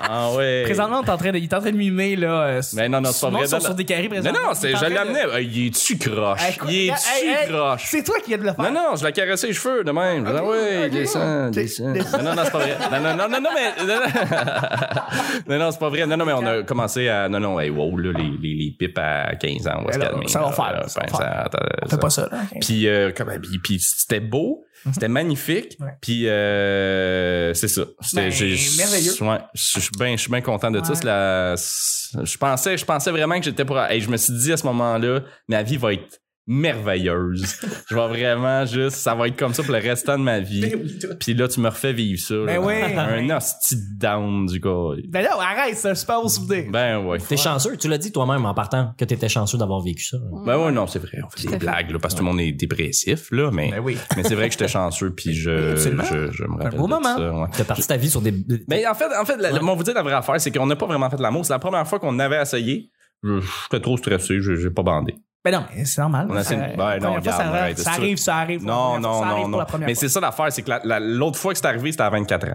[SPEAKER 2] Ah ouais.
[SPEAKER 1] Présentement, on est en train de, il est en train de mimer, là. euh,
[SPEAKER 2] Mais Ben non, non, c'est pas
[SPEAKER 1] Simon
[SPEAKER 2] vrai.
[SPEAKER 1] sur,
[SPEAKER 2] Non,
[SPEAKER 1] sur des carrés,
[SPEAKER 2] Non,
[SPEAKER 1] présentement.
[SPEAKER 2] non, c'est,
[SPEAKER 1] Il est en
[SPEAKER 2] je
[SPEAKER 1] train de-
[SPEAKER 2] l'amenais. Euh, Il est-tu croche?
[SPEAKER 1] Hey, quoi-
[SPEAKER 2] Il
[SPEAKER 1] hey, hey,
[SPEAKER 2] est-tu croche?
[SPEAKER 1] C'est toi qui viens de le faire.
[SPEAKER 2] Non, non, je la caressais les cheveux de même. Je disais, ouais, descends, descends. Non, non, non, c'est pas vrai. Non, non, non, non, non, mais. Non, non. Non, non, c'est pas vrai. Non, non, mais on a commencé à. Non, non, hey, wow, là, les, les, les pipes à 15 ans, on va se
[SPEAKER 1] Alors,
[SPEAKER 2] calmer.
[SPEAKER 1] Ben ça va
[SPEAKER 2] là,
[SPEAKER 1] faire,
[SPEAKER 2] là,
[SPEAKER 1] ça va
[SPEAKER 2] ben,
[SPEAKER 1] faire.
[SPEAKER 2] attends,
[SPEAKER 1] On
[SPEAKER 2] ça-
[SPEAKER 1] fait pas ça, là.
[SPEAKER 2] Puis, euh, comment- puis- puis c'était beau, c'était magnifique.
[SPEAKER 1] Mhm. Ouais.
[SPEAKER 2] Puis euh, c'est ça. C'était
[SPEAKER 1] Ben,
[SPEAKER 2] j'ai- je-
[SPEAKER 1] merveilleux.
[SPEAKER 2] ouais, je je suis bien, je suis bien content de ça.
[SPEAKER 1] Ouais.
[SPEAKER 2] C'est la- c'est- je pensais, je pensais vraiment que j'étais pour. Hey, je me suis dit à ce moment-là, ma vie va être merveilleuse. je vais vraiment juste, ça va être comme ça pour le restant de ma vie. Puis là, tu me refais vivre ça. là.
[SPEAKER 1] Ben oui.
[SPEAKER 2] Un hostie de down du gars.
[SPEAKER 1] Ben non, arrête, c'est un super beau souvenir.
[SPEAKER 2] Ben ouais.
[SPEAKER 3] T'es chanceux, tu l'as dit toi-même en partant que t'étais chanceux d'avoir vécu ça.
[SPEAKER 2] Ben ouais, non, c'est vrai. On fait
[SPEAKER 4] Tout à
[SPEAKER 2] des
[SPEAKER 4] fait.
[SPEAKER 2] blagues là, parce que tout le monde est dépressif là, mais.
[SPEAKER 1] Ben oui.
[SPEAKER 2] Mais c'est vrai que j'étais chanceux, puis je,
[SPEAKER 1] Absolument.
[SPEAKER 2] je, je me rappelle
[SPEAKER 1] beau
[SPEAKER 2] de
[SPEAKER 1] moment.
[SPEAKER 2] ça. ouais.
[SPEAKER 3] T'as parti ta vie sur des.
[SPEAKER 2] Mais en fait, en fait, la- la- moi, vous dire la vraie affaire, c'est qu'on n'a pas vraiment fait l'amour. C'est la première fois qu'on avait essayé. Je- J'étais trop stressé, je- j'ai pas bandé.
[SPEAKER 1] Ben non, mais c'est normal.
[SPEAKER 2] On a essayé-
[SPEAKER 1] Ça-
[SPEAKER 2] ben
[SPEAKER 1] la
[SPEAKER 2] non,
[SPEAKER 1] première fois,
[SPEAKER 2] regarde,
[SPEAKER 1] ça, arrive,
[SPEAKER 2] arrête,
[SPEAKER 1] ça
[SPEAKER 2] c'est sûr.
[SPEAKER 1] arrive, ça arrive.
[SPEAKER 2] Non,
[SPEAKER 1] La première fois,
[SPEAKER 2] non,
[SPEAKER 1] ça arrive
[SPEAKER 2] non,
[SPEAKER 1] pour
[SPEAKER 2] non.
[SPEAKER 1] la première
[SPEAKER 2] Mais
[SPEAKER 1] fois.
[SPEAKER 2] c'est ça l'affaire, c'est que la- la- l'autre fois que c'est arrivé, c'était à 24 ans.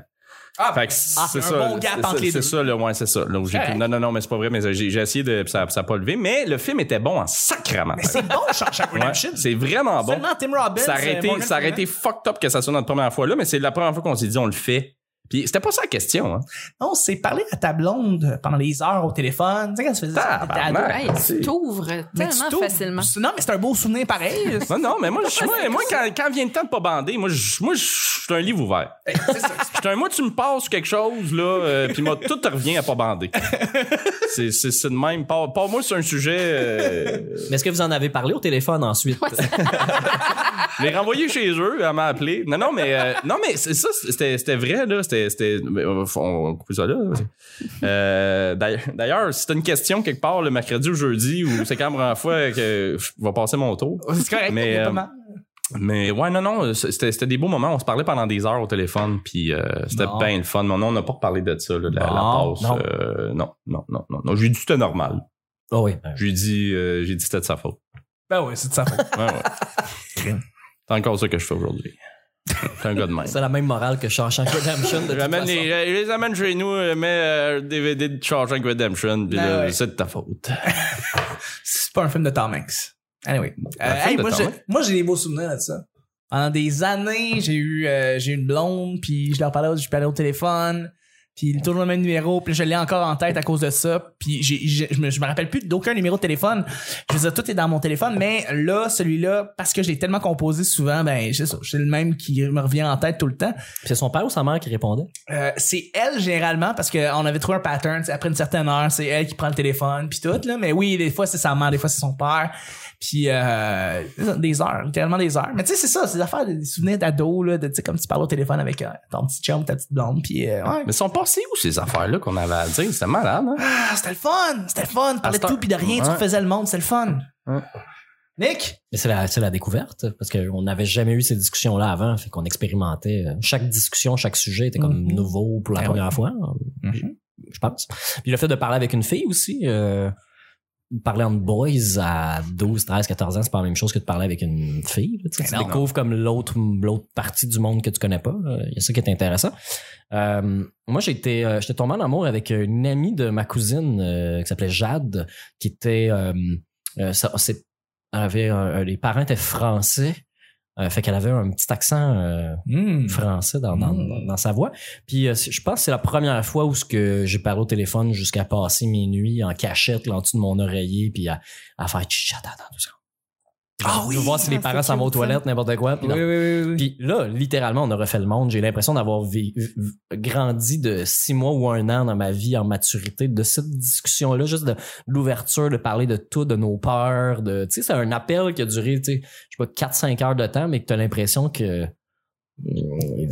[SPEAKER 1] Ah,
[SPEAKER 2] Fait que c'est
[SPEAKER 1] ah, un
[SPEAKER 2] ça.
[SPEAKER 1] bon gap
[SPEAKER 2] c'est
[SPEAKER 1] entre
[SPEAKER 2] ça-
[SPEAKER 1] les
[SPEAKER 2] c'est
[SPEAKER 1] deux.
[SPEAKER 2] ça, là, ouais, c'est ça. Là, où j'ai
[SPEAKER 1] Correct.
[SPEAKER 2] pu- non, non, non, mais c'est pas vrai, mais j'ai j'ai essayé de. puis Ça n'a pas levé. Mais le film était bon en sacrament.
[SPEAKER 1] Mais c'est bon, Shawshank
[SPEAKER 2] Ouais,
[SPEAKER 1] Redemption.
[SPEAKER 2] C'est vraiment bon.
[SPEAKER 1] Seulement Tim Robbins. euh,
[SPEAKER 2] ça aurait été, ça aurait été fucked up que ça soit notre première fois là, mais c'est la première fois qu'on s'est dit on le fait. Puis c'était pas ça la question, hein.
[SPEAKER 1] Non, c'est parler à ta blonde pendant les heures au téléphone. Tu sais, quand tu faisais ça, t'étais ado.
[SPEAKER 2] Tabarnak.
[SPEAKER 4] Hey,
[SPEAKER 2] C'est-
[SPEAKER 4] tu t'ouvres
[SPEAKER 1] Mais tu
[SPEAKER 4] tellement
[SPEAKER 1] t'ouvres.
[SPEAKER 4] facilement.
[SPEAKER 1] Non, mais c'est un beau souvenir pareil.
[SPEAKER 2] Non, non, mais moi, je, moi, moi, quand, quand vient le temps de pas bander, moi, je, moi, je suis un livre ouvert. Je un, moi, tu me passes quelque chose, là, euh, puis moi, tout te revient à pas bander. C'est, c'est, c'est de même. Pas, pas moi, c'est un sujet. euh,
[SPEAKER 3] Mais est-ce que vous en avez parlé au téléphone ensuite?
[SPEAKER 2] je l'ai renvoyé chez eux, elle m'a appelé. Non, non, mais, euh, non, mais c'est ça, c'était, c'était vrai, là. C'était, c'était, mais on va- on va couper ça là. Euh, d'ailleurs- d'ailleurs, si t'as une question quelque part, le mercredi ou jeudi, ou c'est quand même la première fois que je vais passer mon tour.
[SPEAKER 1] C'est correct.
[SPEAKER 2] Mais,
[SPEAKER 1] il y a pas
[SPEAKER 2] euh,
[SPEAKER 1] mal.
[SPEAKER 2] Mais ouais, non, non, c'était c'était des beaux moments. On se parlait pendant des heures au téléphone, puis euh, c'était
[SPEAKER 3] Bon.
[SPEAKER 2] bien le fun. Mais non, on n'a pas reparlé de ça, là, de la, la
[SPEAKER 3] Bon,
[SPEAKER 2] passe.
[SPEAKER 3] non.
[SPEAKER 2] euh, non, non, non, non, non. J'ai dit c'était normal.
[SPEAKER 3] Oh oui.
[SPEAKER 2] J'ai dit, euh, j'ai dit c'était de sa faute.
[SPEAKER 1] Ben oui, c'est de sa faute.
[SPEAKER 2] Ouais, ouais. C'est encore ça que je fais aujourd'hui. C'est un gars de même.
[SPEAKER 3] C'est la même morale que Shawshank Redemption de
[SPEAKER 2] Je,
[SPEAKER 3] toute
[SPEAKER 2] ramène
[SPEAKER 3] façon.
[SPEAKER 2] les, je les amène chez nous, je mets euh, DVD de Shawshank Redemption, puis
[SPEAKER 1] Ah
[SPEAKER 2] là,
[SPEAKER 1] ouais.
[SPEAKER 2] c'est de ta faute.
[SPEAKER 1] C'est pas un film de Tom Hanks. Anyway.
[SPEAKER 2] Un
[SPEAKER 1] Euh,
[SPEAKER 2] film
[SPEAKER 1] hey,
[SPEAKER 2] de
[SPEAKER 1] moi,
[SPEAKER 2] Tom
[SPEAKER 1] j'ai-
[SPEAKER 2] Hanks?
[SPEAKER 1] moi, j'ai des beaux souvenirs de ça. Pendant des années, j'ai eu, euh, j'ai eu une blonde, puis je leur parlais, au- je parlais au téléphone, puis il tourne le même numéro, puis je l'ai encore en tête à cause de ça, puis j'ai- j'ai- je, me, je me rappelle plus d'aucun numéro de téléphone. Je veux dire, tout est dans mon téléphone, mais là, celui-là, parce que je l'ai tellement composé souvent, ben, c'est ça, c'est le même qui me revient en tête tout le temps.
[SPEAKER 3] Puis C'est son père ou sa mère qui répondait?
[SPEAKER 1] Euh, c'est elle généralement parce qu'on avait trouvé un pattern c'est après une certaine heure c'est elle qui prend le téléphone puis tout là mais oui des fois c'est sa mère des fois c'est son père puis euh, des heures littéralement des heures mais tu sais c'est ça c'est l'affaire des souvenirs d'ado là de tu sais comme tu parles au téléphone avec euh, ton petit chum ta petite blonde puis euh, ouais
[SPEAKER 2] Mais sont passés où ces affaires-là qu'on avait à dire? C'était malade, hein?
[SPEAKER 1] Ah, c'était le fun c'était le fun parlais de
[SPEAKER 2] Parce
[SPEAKER 1] tout
[SPEAKER 2] que-
[SPEAKER 1] puis de rien tu
[SPEAKER 2] Ouais.
[SPEAKER 1] refaisais le monde c'était le fun
[SPEAKER 2] Ouais.
[SPEAKER 1] Nick
[SPEAKER 3] Mais c'est la, c'est la découverte, parce qu'on n'avait jamais eu ces discussions-là avant, fait qu'on expérimentait. euh, Chaque discussion, chaque sujet était comme
[SPEAKER 1] Mhm.
[SPEAKER 3] nouveau pour la
[SPEAKER 1] Ben
[SPEAKER 3] première fois, euh,
[SPEAKER 1] Mhm.
[SPEAKER 3] je- je pense. Puis le fait de parler avec une fille aussi, euh, parler en boys à 12, 13, 14 ans, c'est pas la même chose que de parler avec une fille. là, tu sais.
[SPEAKER 1] Ben
[SPEAKER 3] tu
[SPEAKER 1] non.
[SPEAKER 3] découvres comme l'autre l'autre partie du monde que tu connais pas. euh, Il y a ça qui est intéressant. Euh, moi, j'étais euh, j'étais tombé en amour avec une amie de ma cousine euh, qui s'appelait Jade, qui était... euh, euh, ça- c'est- elle avait un- les parents étaient français. euh, fait qu'elle avait un petit accent euh,
[SPEAKER 1] Hmm.
[SPEAKER 4] Hmm.
[SPEAKER 3] français dans, dans,
[SPEAKER 1] Mm.
[SPEAKER 3] dans sa voix. Puis euh, c'est- je pense que c'est la première fois où ce que j'ai parlé au téléphone jusqu'à passer mes nuits en cachette là, en dessous de mon oreiller puis à, à faire chut, attends, attends, deux secondes.
[SPEAKER 1] Ah
[SPEAKER 3] Je
[SPEAKER 1] oui!
[SPEAKER 3] veux voir si les
[SPEAKER 4] Ah,
[SPEAKER 3] parents
[SPEAKER 4] c'est
[SPEAKER 3] s'en vont aux
[SPEAKER 4] cute, ça.
[SPEAKER 3] toilettes, n'importe quoi. Puis, non.
[SPEAKER 1] oui, oui.
[SPEAKER 3] Puis là, littéralement, on a refait le monde. J'ai l'impression d'avoir vi- v- grandi de six mois ou un an dans ma vie en maturité de cette discussion-là, juste de l'ouverture, de parler de tout, de nos peurs, de, tu sais, c'est un appel qui a duré, tu sais, je sais pas, 4-5 heures de temps, mais que t'as l'impression que euh,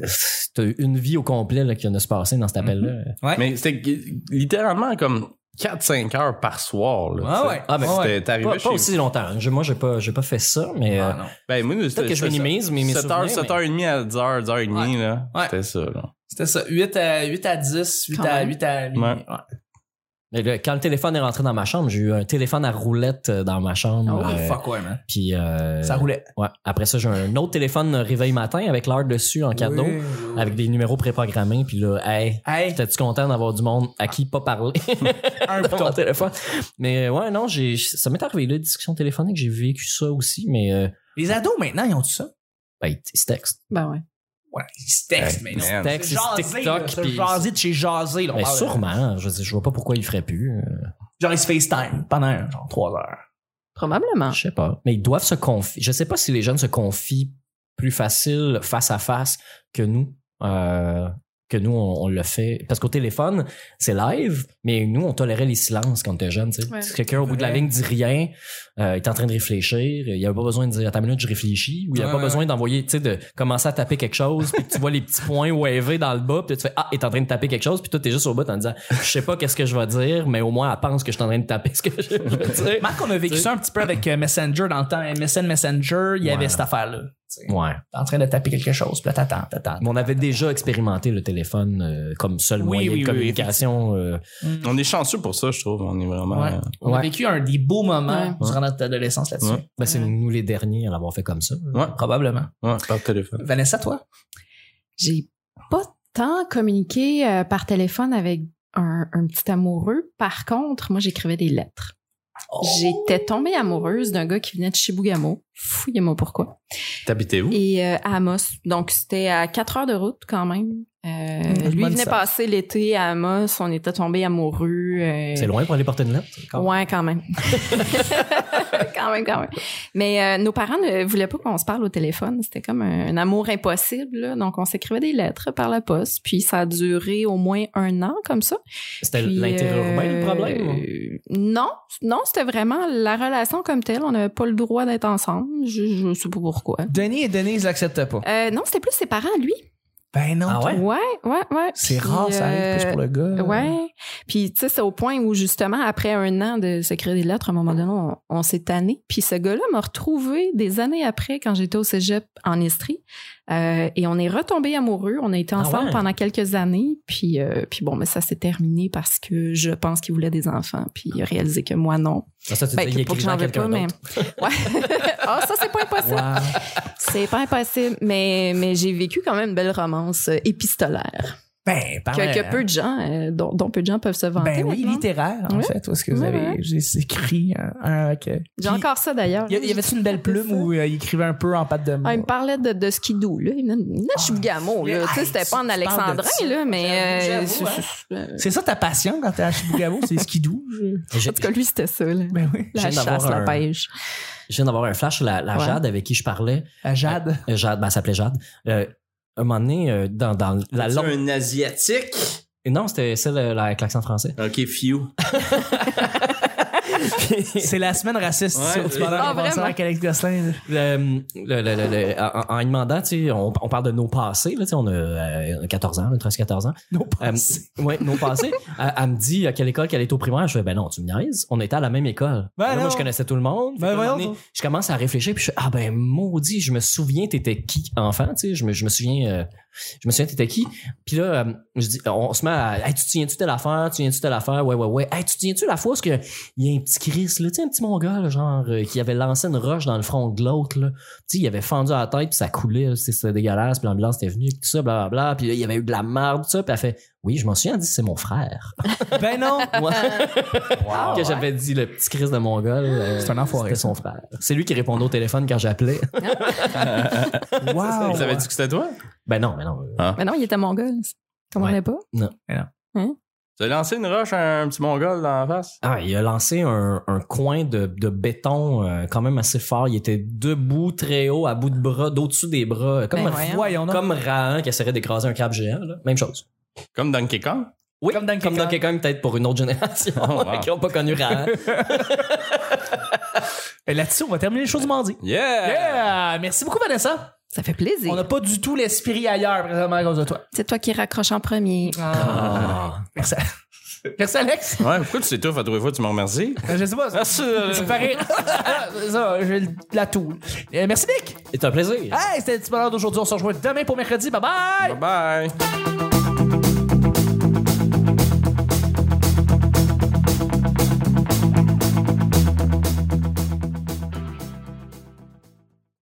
[SPEAKER 3] t'as eu une vie au complet là, qui vient de se passer dans cet appel-là.
[SPEAKER 1] Ouais.
[SPEAKER 2] Mais c'était littéralement comme 4-5 heures par soir, là.
[SPEAKER 1] Ah
[SPEAKER 2] tu sais.
[SPEAKER 1] ouais.
[SPEAKER 3] Ah, mais
[SPEAKER 1] Ah ouais.
[SPEAKER 2] C'était arrivé
[SPEAKER 3] Pas,
[SPEAKER 2] chez
[SPEAKER 3] pas aussi longtemps. hein. Je- moi, j'ai pas, j'ai pas fait ça, mais euh,
[SPEAKER 1] Ah, non.
[SPEAKER 2] Ben, moi,
[SPEAKER 3] peut-être que je minimise mes, mes
[SPEAKER 2] 7
[SPEAKER 3] souvenirs.
[SPEAKER 2] h 7 h 30 à 10 h 10 h 30 là.
[SPEAKER 1] Ouais.
[SPEAKER 2] C'était ça, là.
[SPEAKER 1] C'était ça, 8 à, 8 à 10, 8
[SPEAKER 4] Quand
[SPEAKER 1] à,
[SPEAKER 4] même.
[SPEAKER 1] 8 à...
[SPEAKER 2] Ouais.
[SPEAKER 3] Mais le- quand le téléphone est rentré dans ma chambre, j'ai eu un téléphone à roulette euh, dans ma chambre.
[SPEAKER 1] Ah,
[SPEAKER 3] euh,
[SPEAKER 1] fuck ouais, man.
[SPEAKER 3] Puis euh,
[SPEAKER 1] Ça roulait.
[SPEAKER 3] ouais. après ça, j'ai un autre téléphone euh, réveil matin avec l'heure dessus en cadeau,
[SPEAKER 1] Oui, oui, oui.
[SPEAKER 3] avec des numéros préprogrammés. Puis là, hey,
[SPEAKER 1] Hey,
[SPEAKER 3] t'es-tu content d'avoir du monde à qui pas parler
[SPEAKER 1] un
[SPEAKER 3] dans mon
[SPEAKER 1] bouton.
[SPEAKER 3] téléphone? Mais euh, ouais, non, j'ai ça m'est arrivé, là, discussion téléphonique, j'ai vécu ça aussi, mais euh,
[SPEAKER 1] Les ados, maintenant, ils ont tout ça.
[SPEAKER 3] ben, ils ils se textent.
[SPEAKER 4] Ben ouais.
[SPEAKER 1] Ouais, ils se textent,
[SPEAKER 2] Hey,
[SPEAKER 1] mais non.
[SPEAKER 2] man.
[SPEAKER 3] Texte,
[SPEAKER 1] C'est jasé, là,
[SPEAKER 3] TikTok,
[SPEAKER 1] c'est
[SPEAKER 3] puis-
[SPEAKER 1] jasé de chez jasé. là, on
[SPEAKER 3] Mais
[SPEAKER 1] parle de-
[SPEAKER 3] Ben, sûrement, je, veux dire, je vois pas pourquoi ils le feraient plus. euh,
[SPEAKER 1] Genre, ils se FaceTime pendant, genre, trois heures.
[SPEAKER 4] Probablement.
[SPEAKER 3] Je sais pas. Mais ils doivent se confier. Je sais pas si les jeunes se confient plus facile face à face que nous. euh, que nous, on, on le fait. Parce qu'au téléphone, c'est live, mais nous, on tolérait les silences quand on était jeune. tu sais.
[SPEAKER 4] Ouais.
[SPEAKER 3] Si quelqu'un au bout de la
[SPEAKER 1] Vrai.
[SPEAKER 3] ligne dit rien, euh, il est en train de réfléchir, il n'y a pas besoin de dire Attends une minute, je réfléchis, ou il n'y a
[SPEAKER 2] Ouais,
[SPEAKER 3] pas
[SPEAKER 2] ouais,
[SPEAKER 3] besoin d'envoyer, tu sais, de commencer à taper quelque chose, puis que tu vois les petits points waver dans le bas, puis là, tu fais Ah, il est en train de taper quelque chose, puis toi, t'es juste au bout en disant Je sais pas qu'est-ce que je vais dire, mais au moins, elle pense que je suis en train de taper ce que je veux dire.
[SPEAKER 1] Marc, on a vécu ça un petit peu avec euh, Messenger dans le temps. MSN Messenger, il y avait
[SPEAKER 3] Ouais.
[SPEAKER 1] cette affaire-là. Tu sais,
[SPEAKER 3] Ouais.
[SPEAKER 1] T'es en train de taper quelque chose, puis là, t'attends, t'attends.
[SPEAKER 3] Mais on avait déjà expérimenté le téléphone euh, comme seul
[SPEAKER 1] Oui,
[SPEAKER 3] moyen
[SPEAKER 1] oui,
[SPEAKER 3] de
[SPEAKER 1] oui,
[SPEAKER 3] communication. euh,
[SPEAKER 2] On est chanceux pour ça, je trouve. On est vraiment.
[SPEAKER 1] Ouais.
[SPEAKER 2] euh,
[SPEAKER 1] On a
[SPEAKER 3] Ouais.
[SPEAKER 1] vécu un des beaux moments
[SPEAKER 4] Ouais.
[SPEAKER 1] durant notre adolescence là-dessus.
[SPEAKER 2] Ouais.
[SPEAKER 3] ben, c'est nous les derniers à l'avoir fait comme ça. euh,
[SPEAKER 2] Ouais.
[SPEAKER 1] Probablement.
[SPEAKER 2] euh, ouais, par téléphone.
[SPEAKER 1] Vanessa, toi?
[SPEAKER 4] J'ai pas tant communiqué euh, par téléphone avec un, un petit amoureux. Par contre, moi, j'écrivais des lettres.
[SPEAKER 1] Oh!
[SPEAKER 4] J'étais tombée amoureuse d'un gars qui venait de Chibougamau. Fouillez-moi pourquoi.
[SPEAKER 2] T'habitez-vous?
[SPEAKER 4] Et euh, à Amos. Donc, c'était à 4 heures de route quand même. Euh, lui
[SPEAKER 1] bonne
[SPEAKER 4] venait
[SPEAKER 1] salle.
[SPEAKER 4] passer l'été à Amos. On était tombés amoureux. euh,
[SPEAKER 3] C'est loin pour aller porter une lettre. quand même.
[SPEAKER 4] Ouais, quand même. quand même, quand même. Mais euh, nos parents ne voulaient pas qu'on se parle au téléphone. C'était comme un, un amour impossible. là. Donc, on s'écrivait des lettres par la poste. Puis, ça a duré au moins un an comme ça.
[SPEAKER 3] C'était
[SPEAKER 4] Puis,
[SPEAKER 3] l'interurbain le problème. hein? ou?
[SPEAKER 4] euh, Non, non, c'était vraiment la relation comme telle. On n'avait pas le droit d'être ensemble. Je, je sais pas pourquoi.
[SPEAKER 1] Denis et Denise l'acceptent pas.
[SPEAKER 4] Euh, non, c'était plus ses parents, lui.
[SPEAKER 1] Ben non.
[SPEAKER 3] Ah
[SPEAKER 1] toi.
[SPEAKER 3] ouais?
[SPEAKER 4] Ouais, ouais, ouais.
[SPEAKER 1] C'est
[SPEAKER 4] Puis,
[SPEAKER 1] rare, ça
[SPEAKER 4] euh,
[SPEAKER 1] arrive plus pour le gars.
[SPEAKER 4] Ouais. Puis, tu sais, c'est au point où, justement, après un an de secret des lettres, à un moment donné, on, on s'est tanné. Puis, ce gars-là m'a retrouvé des années après, quand j'étais au cégep en Estrie. Euh, et on est retombés amoureux. On a été
[SPEAKER 3] Ah
[SPEAKER 4] ensemble
[SPEAKER 3] ouais?
[SPEAKER 4] pendant quelques années. Puis, euh, puis bon, mais ça s'est terminé parce que je pense qu'il voulait des enfants. Puis, il a réalisé que moi, non.
[SPEAKER 3] Ah, ça, tu
[SPEAKER 4] Ben,
[SPEAKER 3] disais, il
[SPEAKER 4] pas que
[SPEAKER 3] écrivait à
[SPEAKER 4] j'en veux pas,
[SPEAKER 3] quelqu'un
[SPEAKER 4] mais.
[SPEAKER 3] d'autre.
[SPEAKER 4] Ouais. Ah, ça, c'est pas impossible.
[SPEAKER 1] Wow.
[SPEAKER 4] C'est pas impossible. Mais, mais j'ai vécu quand même une belle romance euh, épistolaire.
[SPEAKER 1] Ben,
[SPEAKER 4] Que,
[SPEAKER 1] pareil.
[SPEAKER 4] que peu de gens, euh, dont, dont peu de gens peuvent se vanter.
[SPEAKER 1] Ben oui,
[SPEAKER 4] maintenant.
[SPEAKER 1] littéraire, en
[SPEAKER 4] Ouais.
[SPEAKER 1] fait. Parce que vous
[SPEAKER 4] Ouais,
[SPEAKER 1] avez.
[SPEAKER 4] ouais.
[SPEAKER 1] J'ai écrit un. un- ok. Puis,
[SPEAKER 4] J'ai encore ça d'ailleurs.
[SPEAKER 1] Il y a- il y avait-tu une belle plume où euh, il écrivait un peu en pâte de mou?
[SPEAKER 4] Ah, il me parlait de, de skidoo, là. Il venait- il venait de
[SPEAKER 1] Ah,
[SPEAKER 4] Chibougamau,
[SPEAKER 1] mais,
[SPEAKER 4] là. Tu sais,
[SPEAKER 1] hey,
[SPEAKER 4] c'était
[SPEAKER 1] tu-
[SPEAKER 4] pas en
[SPEAKER 1] tu parles de ça.
[SPEAKER 4] alexandrin, là, mais.
[SPEAKER 1] J'avoue, hein.
[SPEAKER 4] euh,
[SPEAKER 1] j'avoue,
[SPEAKER 4] c'est- c'est-
[SPEAKER 1] C'est ça ta passion quand t'es à Chibougabo? c'est skidou? je-
[SPEAKER 3] J'ai-
[SPEAKER 4] En tout cas, lui, c'était ça, là.
[SPEAKER 1] Ben oui.
[SPEAKER 4] La
[SPEAKER 3] j'ai viens
[SPEAKER 4] chasse,
[SPEAKER 3] d'avoir
[SPEAKER 4] la
[SPEAKER 3] un-
[SPEAKER 4] pêche.
[SPEAKER 3] Je viens d'avoir un flash. La, la
[SPEAKER 4] Ouais.
[SPEAKER 3] Jade avec qui je parlais,
[SPEAKER 1] À Jade.
[SPEAKER 3] euh, Jade, ben, elle s'appelait Jade. Euh, un moment donné, euh, dans, dans la longue.
[SPEAKER 2] un asiatique.
[SPEAKER 3] Non, c'était celle euh, avec l'accent français.
[SPEAKER 2] Ok, few.
[SPEAKER 1] C'est la semaine raciste.
[SPEAKER 2] Ouais,
[SPEAKER 1] ça, tu
[SPEAKER 2] c'est-
[SPEAKER 1] parlais
[SPEAKER 4] Ah,
[SPEAKER 1] en pensant
[SPEAKER 4] vraiment?
[SPEAKER 1] avec Alex Gosselin. là.
[SPEAKER 3] Le- le- le- le- le- en, en lui demandant, tu sais, on, on parle de nos passés, là, tu sais, on a euh, 14 ans, 13-14 ans.
[SPEAKER 1] Non,
[SPEAKER 3] Euh,
[SPEAKER 1] pas
[SPEAKER 3] ouais, nos passés. elle, elle me dit à quelle école qu'elle était au primaire. Je fais, ben non, tu me niaises. On était à la même école.
[SPEAKER 1] Ben
[SPEAKER 3] Là,
[SPEAKER 1] non.
[SPEAKER 3] moi, je connaissais tout le monde.
[SPEAKER 1] Ben
[SPEAKER 3] Fait qu'à un
[SPEAKER 1] voyons
[SPEAKER 3] moment donné,
[SPEAKER 1] donc.
[SPEAKER 3] je commence à réfléchir, puis je fais, ah ben maudit, je me souviens, t'étais qui enfant, tu sais, je me, je me souviens, euh, je me souviens, t'étais qui. Puis là, euh, je dis, on se met à, hey, tu te souviens-tu de telle affaire, tu te souviens-tu de telle affaire, ouais, ouais, ouais. Hey, tu te souviens-tu la fois, parce que il y a un petit Chris, là, tu sais, un petit mongol, là, genre, euh, qui avait lancé une roche dans le front de l'autre, là. Tu sais, il avait fendu à la tête, puis ça coulait, là, c'est- c'était dégueulasse, puis l'ambulance était venue, puis tout ça, blablabla. Puis là, il y avait eu de la merde, tout ça, puis elle fait, oui, je m'en souviens, elle dit, c'est mon frère.
[SPEAKER 1] Ben non!
[SPEAKER 3] Moi,
[SPEAKER 4] Wow,
[SPEAKER 3] que
[SPEAKER 4] ouais.
[SPEAKER 3] j'avais dit, le petit Chris de mongol. euh,
[SPEAKER 1] C'est un enfoiré,
[SPEAKER 3] C'était
[SPEAKER 1] ça.
[SPEAKER 3] son frère. C'est lui qui répondait au téléphone quand j'appelais.
[SPEAKER 1] Wow!
[SPEAKER 2] Vous avez dit que c'était toi?
[SPEAKER 3] Ben non, mais non. euh,
[SPEAKER 4] Mais non, il était mongol. Tu comprenais
[SPEAKER 3] Ouais.
[SPEAKER 4] pas?
[SPEAKER 2] Tu as lancé une roche à un petit mongol dans la face?
[SPEAKER 3] Ah, il a lancé un, un coin de, de béton euh, quand même assez fort. Il était debout, très haut, à bout de bras, d'au-dessus des bras, euh, comme,
[SPEAKER 4] Ben voyons.
[SPEAKER 1] Voyons donc.
[SPEAKER 3] comme Rahan qui essaierait d'écraser un crabe géant. là. Même chose.
[SPEAKER 2] Comme Donkey Kong?
[SPEAKER 3] Oui,
[SPEAKER 1] Comme
[SPEAKER 3] comme
[SPEAKER 1] Donkey
[SPEAKER 3] Donkey,
[SPEAKER 1] Kong.
[SPEAKER 3] Kong, peut-être pour une autre génération
[SPEAKER 2] Oh, wow.
[SPEAKER 3] qui n'ont pas connu Rahan.
[SPEAKER 1] Et Euh, Là-dessus, on va terminer les choses du mardi.
[SPEAKER 2] Yeah!
[SPEAKER 1] Yeah! Merci beaucoup, Vanessa.
[SPEAKER 4] Ça fait plaisir.
[SPEAKER 1] On n'a pas du tout l'esprit ailleurs, présentement, à cause de toi.
[SPEAKER 4] C'est toi qui raccroche en premier.
[SPEAKER 3] Ah.
[SPEAKER 1] Merci. Merci, Alex.
[SPEAKER 2] Ouais, pourquoi tu t'étouffes à tous les fois, tu me remercies?
[SPEAKER 1] Euh, Je sais pas. Ça
[SPEAKER 2] Merci!
[SPEAKER 1] ça me fait rire. Ah, Ça, j'ai le- la toux. Euh, Merci, Nick. Ah,
[SPEAKER 3] C'est un plaisir.
[SPEAKER 1] Hey, c'était le petit bonheur d'aujourd'hui. On se rejoint demain pour mercredi. Bye bye!
[SPEAKER 2] Bye bye!